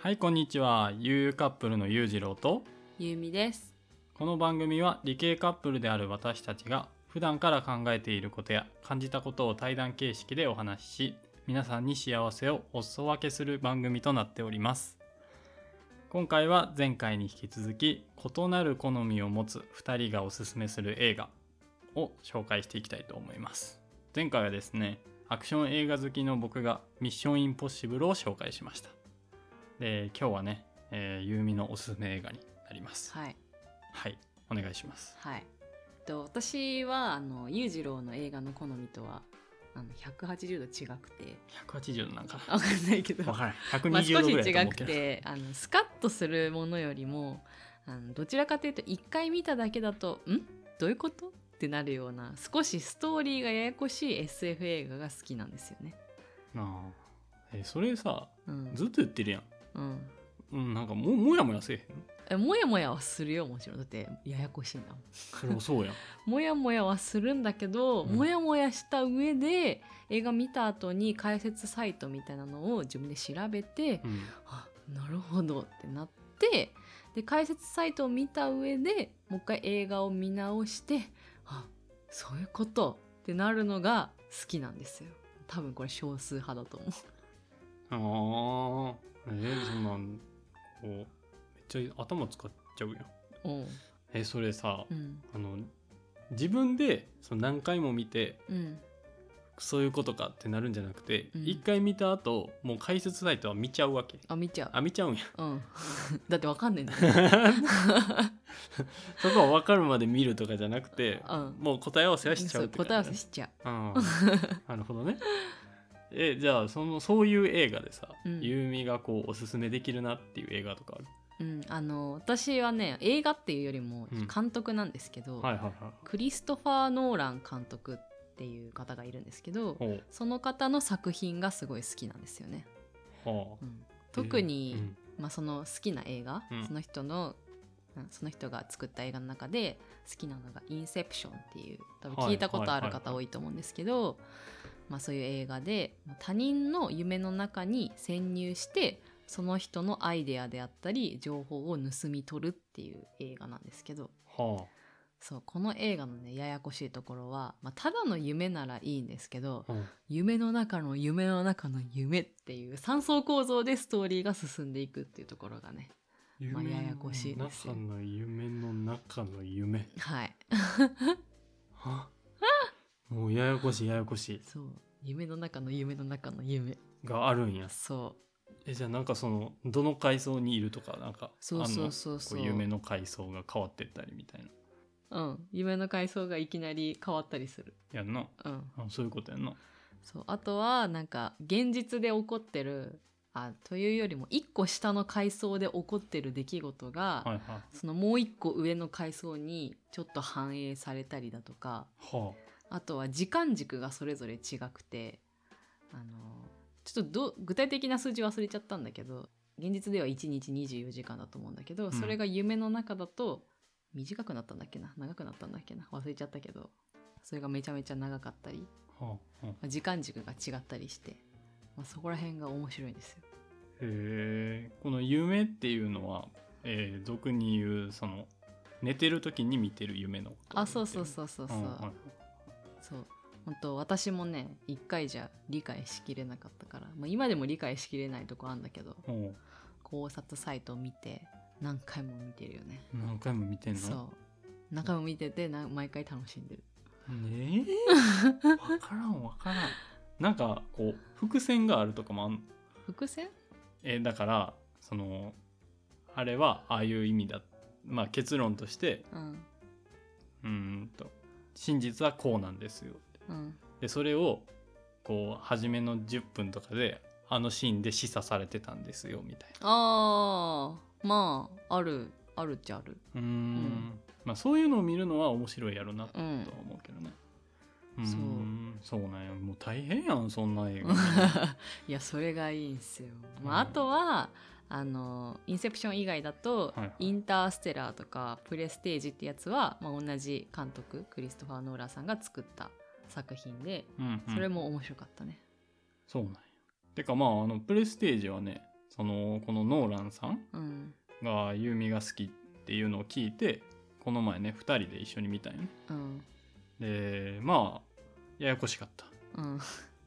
はいこんにちはゆうカップルのゆうじろうとゆうみです。この番組は理系カップルである私たちが普段から考えていることや感じたことを対談形式でお話しし皆さんに幸せをお裾分けする番組となっております今回は前回に引き続き異なる好みを持つ2人がおすすめする映画を紹介していきたいと思います前回はですねアクション映画好きの僕がミッションインポッシブルを紹介しましたで今日はね、えー、ゆうみのおすすめ映画になりますはいはい、お願いします。はい。と私はあの裕次郎の映画の好みとはあの180度違くて、 180度なんかわかんないけど、 な。わからない。まあ120少度しぐらいだ違と思うくけど。て、あのスカッとするものよりも、あのどちらかというと一回見ただけだと、んどういうことってなるような少しストーリーがややこしい SF 映画が好きなんですよね。なあ。え、それさ、うん。ずっと言ってるやん。うん。うん、なんかもうもやもやせえへん。えもやもやはするよもちろんだってややこしいんだもん。それもそう やん。もやもやはするんだけど、うんもやもやした上で映画見た後に解説サイトみたいなのを自分で調べて、うん。あなるほどってなってで解説サイトを見た上でもう一回映画を見直してあそういうことってなるのが好きなんですよ多分これ少数派だと思うああ。えー、そんなん、こう、めっちゃ頭使っちゃうやん。おうえ、それさう、んあの、自分でその何回も見て、うんそういうことかってなるんじゃなくて、うん一、回見た後、もう解説サイトは見ちゃうわけ。あ見ちゃあ、見ちゃうんや。ううん だってわかんないんだよ そこは分かるまで見るとかじゃなくて、うんもう答え合わせはしちゃそううって感じだ答え合わねせしちゃうん、なるほどね。えじゃあそのそういう映画でさ、うんゆうみがこうおすすめできるなっていう映画とかあるう、うん、あの私はね映画っていうよりもうん監督なんですけど、はいはいはい。クリストファー・ノーラン監督っていう方がいるんですけどおうその方の作品がすごい好きなんですよね、はあうん特に、うんまあ、その好きな映画、うんその人のうんその人が作った映画の中で好きなのが「インセプション」っていう多分はい聞いたことあるはいはい方多いと思うんですけど、まあ、そういう映画でまあ他人の夢の中に潜入してその人のアイデアであったり情報を盗み取るっていう映画なんですけどはそうこの映画のねややこしいところは、まあ、ただの夢ならいいんですけどあ、うん夢の中の夢の中の夢っていう三層構造でストーリーが進んでいくっていうところがねまあややこしいですよ夢の中の夢の中の夢。はいはあもうややこしいややこしそう夢の中の夢の中の夢いがあるんや。そうえじゃあなんかそのどの階層にいるとかなんかそうそうそうあそんうのこう夢の階層が変わってったりみたいな。うん夢の階層がいきなり変わったりするやんな。うんあそういうことやんな。そうあとはなんか現実で起こってるあというよりも一個下の階層で起こってる出来事が、はいはい。はそのもう一個上の階層にちょっと反映されたりだとかあ。あとは時間軸がそれぞれ違くてあのちょっとど具体的な数字忘れちゃったんだけど現実では1日24時間だと思うんだけど、んそれが夢の中だと短くなったんだっけな長くなったんだっけな忘れちゃったけどそれがめちゃめちゃ長かったり、はあ。はあまあ時間軸が違ったりして、まあ、そこら辺が面白いんですよ。へえこの夢っていうのは、えー俗に言うその寝てる時に見てる夢のことあそうそううそうそうそそう。はい、そう本当私もね一回じゃ理解しきれなかったから、まあ、今でも理解しきれないとこあんだけどおう考察サイトを見て何回も見てるよね何回も見てんのそう何回も見ててな毎回楽しんでるねえわからんわからんなんかこう伏線があるとかもあん、伏線えーだからそのあれはああいう意味だまあ結論としてうんうーんと真実はこうなんですようんでそれをこう初めの10分とかであのシーンで示唆されてたんですよみたいなあーまああるあるっちゃあるうーんんまあそういうのを見るのは面白いやろなとはうん思うけどね。うーんそうなんやもう大変やんそんな映 画 いやそれがいいんすよ、まあ、あうんとはあのインセプション以外だと、はいはいインターステラーとかプレステージってやつは、まあ、同じ監督クリストファー・ノーラーさんが作った作品でうん、うんそれも面白かったね、そうなんやてかまああのプレステージはねそのこのノーランさんうんがユーミが好きっていうのを聞いてこの前ね2人で一緒に見たんよねうんでまあややこしかったうん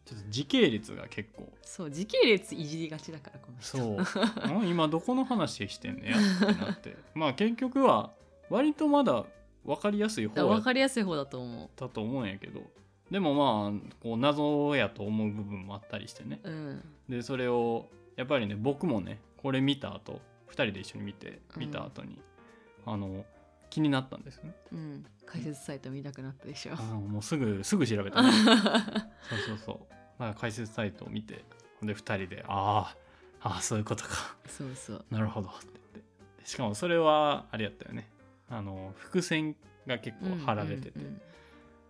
ちょっと時系列が結構そう時系列いじりがちだからこの人そう ん今どこの話してんねやってなって まあ結局は割とまだ分かりやすい方だからやっ分かりやすい方だと思たと思うんやけどでもまあこう謎やと思う部分もあったりしてねううんでそれをやっぱりね僕もねこれ見た後2人で一緒に見てうん見た後に、あの気になったんですよねうん解説サイト見たくなったでしょあーもうすぐすぐ調べた、ね、そうそうそうだから解説サイトを見てで2人であーあーそういうことか そうそうなるほどって言ってでしかもそれはあれやったよねあの伏線が結構張られてて、うんうん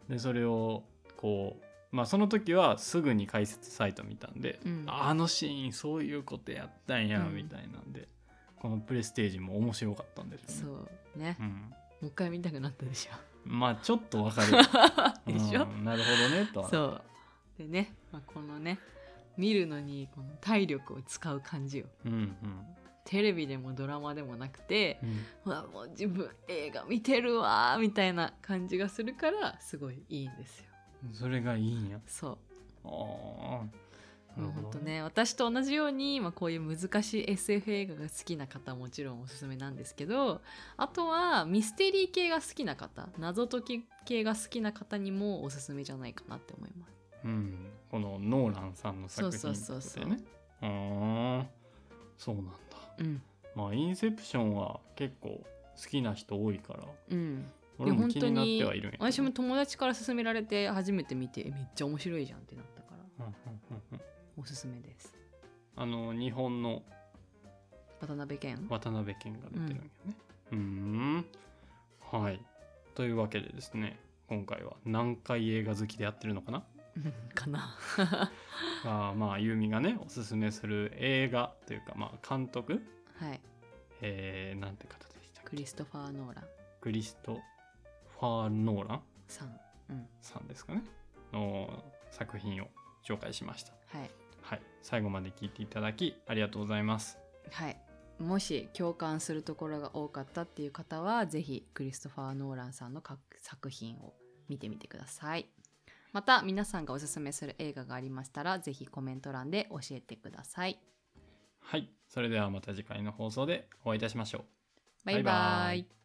でそれをこうまあその時はすぐに解説サイト見たんで、うんあのシーンそういうことやったんや、うんみたいなんでこのプレステージも面白かったんでうんすよね。そうねうもん、う一回見たくなったでしまあちょっとわかるょ でしょうんなるほどねとはそうでね、まあ、このね見るのにこの体力を使う感じようんうんテレビでもドラマでもなくてう、んうわもう自分映画見てるわーみたいな感じがするからすごいいいんですよそれがいいんや。そうあーなもるうほほんとどね。ね私と同じように、まあ、こういう難しい SF 映画が好きな方はもちろんおすすめなんですけどあとはミステリー系が好きな方謎解き系が好きな方にもおすすめじゃないかなって思いますうん、このノーランさんの作そ品うってそうそうことそうだよね。うーんそうなんだ。うんまあインセプションは結構好きな人多いからうん俺いやも本気当になっにてはいるんやけど。私も友達から勧められて初めて見てえめっちゃ面白いじゃんってなったからうんうんうんうんおすすめですあの日本の渡辺謙渡辺謙が出てるんよね。うーん。はい。というわけでですね、今回は何回映画好きでやってるのかな かな あーまあ、ユーミがね、おすすめする映画というか、まあ、監督、はいえー、なんて方でしたっけクリストファー・ノーランクリストファー・ノーランさんうんさんですかねの作品を紹介しました。はいはい。最後まで聞いていただき、ありがとうございます。はい、もし共感するところが多かったっていう方はぜひクリストファー・ノーランさんの各作品を見てみてくださいまた皆さんがおすすめする映画がありましたらぜひコメント欄で教えてくださいはい。それではまた次回の放送でお会いいたしましょう。バイバイバイバイ